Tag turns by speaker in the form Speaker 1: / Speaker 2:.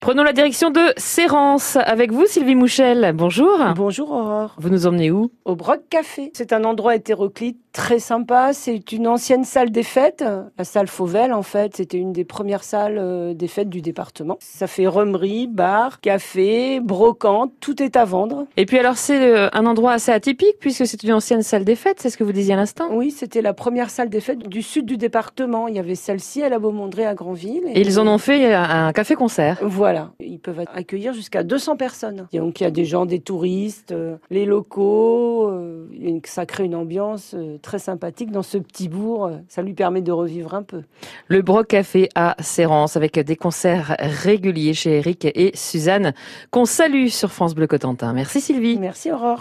Speaker 1: Prenons la direction de Sérance avec vous, Sylvie Mouchel. Bonjour.
Speaker 2: Bonjour Aurore.
Speaker 1: Vous nous emmenez où
Speaker 2: Au Broc Café. C'est un endroit hétéroclite très sympa. C'est une ancienne salle des fêtes, la salle Fauvel en fait. C'était une des premières salles euh, des fêtes du département. Ça fait romerie, bar, café, brocante, tout est à vendre.
Speaker 1: Et puis alors c'est euh, un endroit assez atypique puisque c'est une ancienne salle des fêtes, c'est ce que vous disiez à l'instant.
Speaker 2: Oui, c'était la première salle des fêtes du sud du département. Il y avait celle-ci à la Beaumondrée à Granville.
Speaker 1: Et ils en ont fait euh, un café-concert.
Speaker 2: Voilà, ils peuvent accueillir jusqu'à 200 personnes. Donc il y a des gens, des touristes, euh, les locaux, euh, il y a une- ça crée une ambiance euh, très sympathique dans ce petit bourg, euh, ça lui permet de revivre un peu.
Speaker 1: Le Broc Café à Sérance avec des concerts réguliers chez Eric et Suzanne qu'on salue sur France Bleu Cotentin. Merci Sylvie.
Speaker 2: Merci Aurore.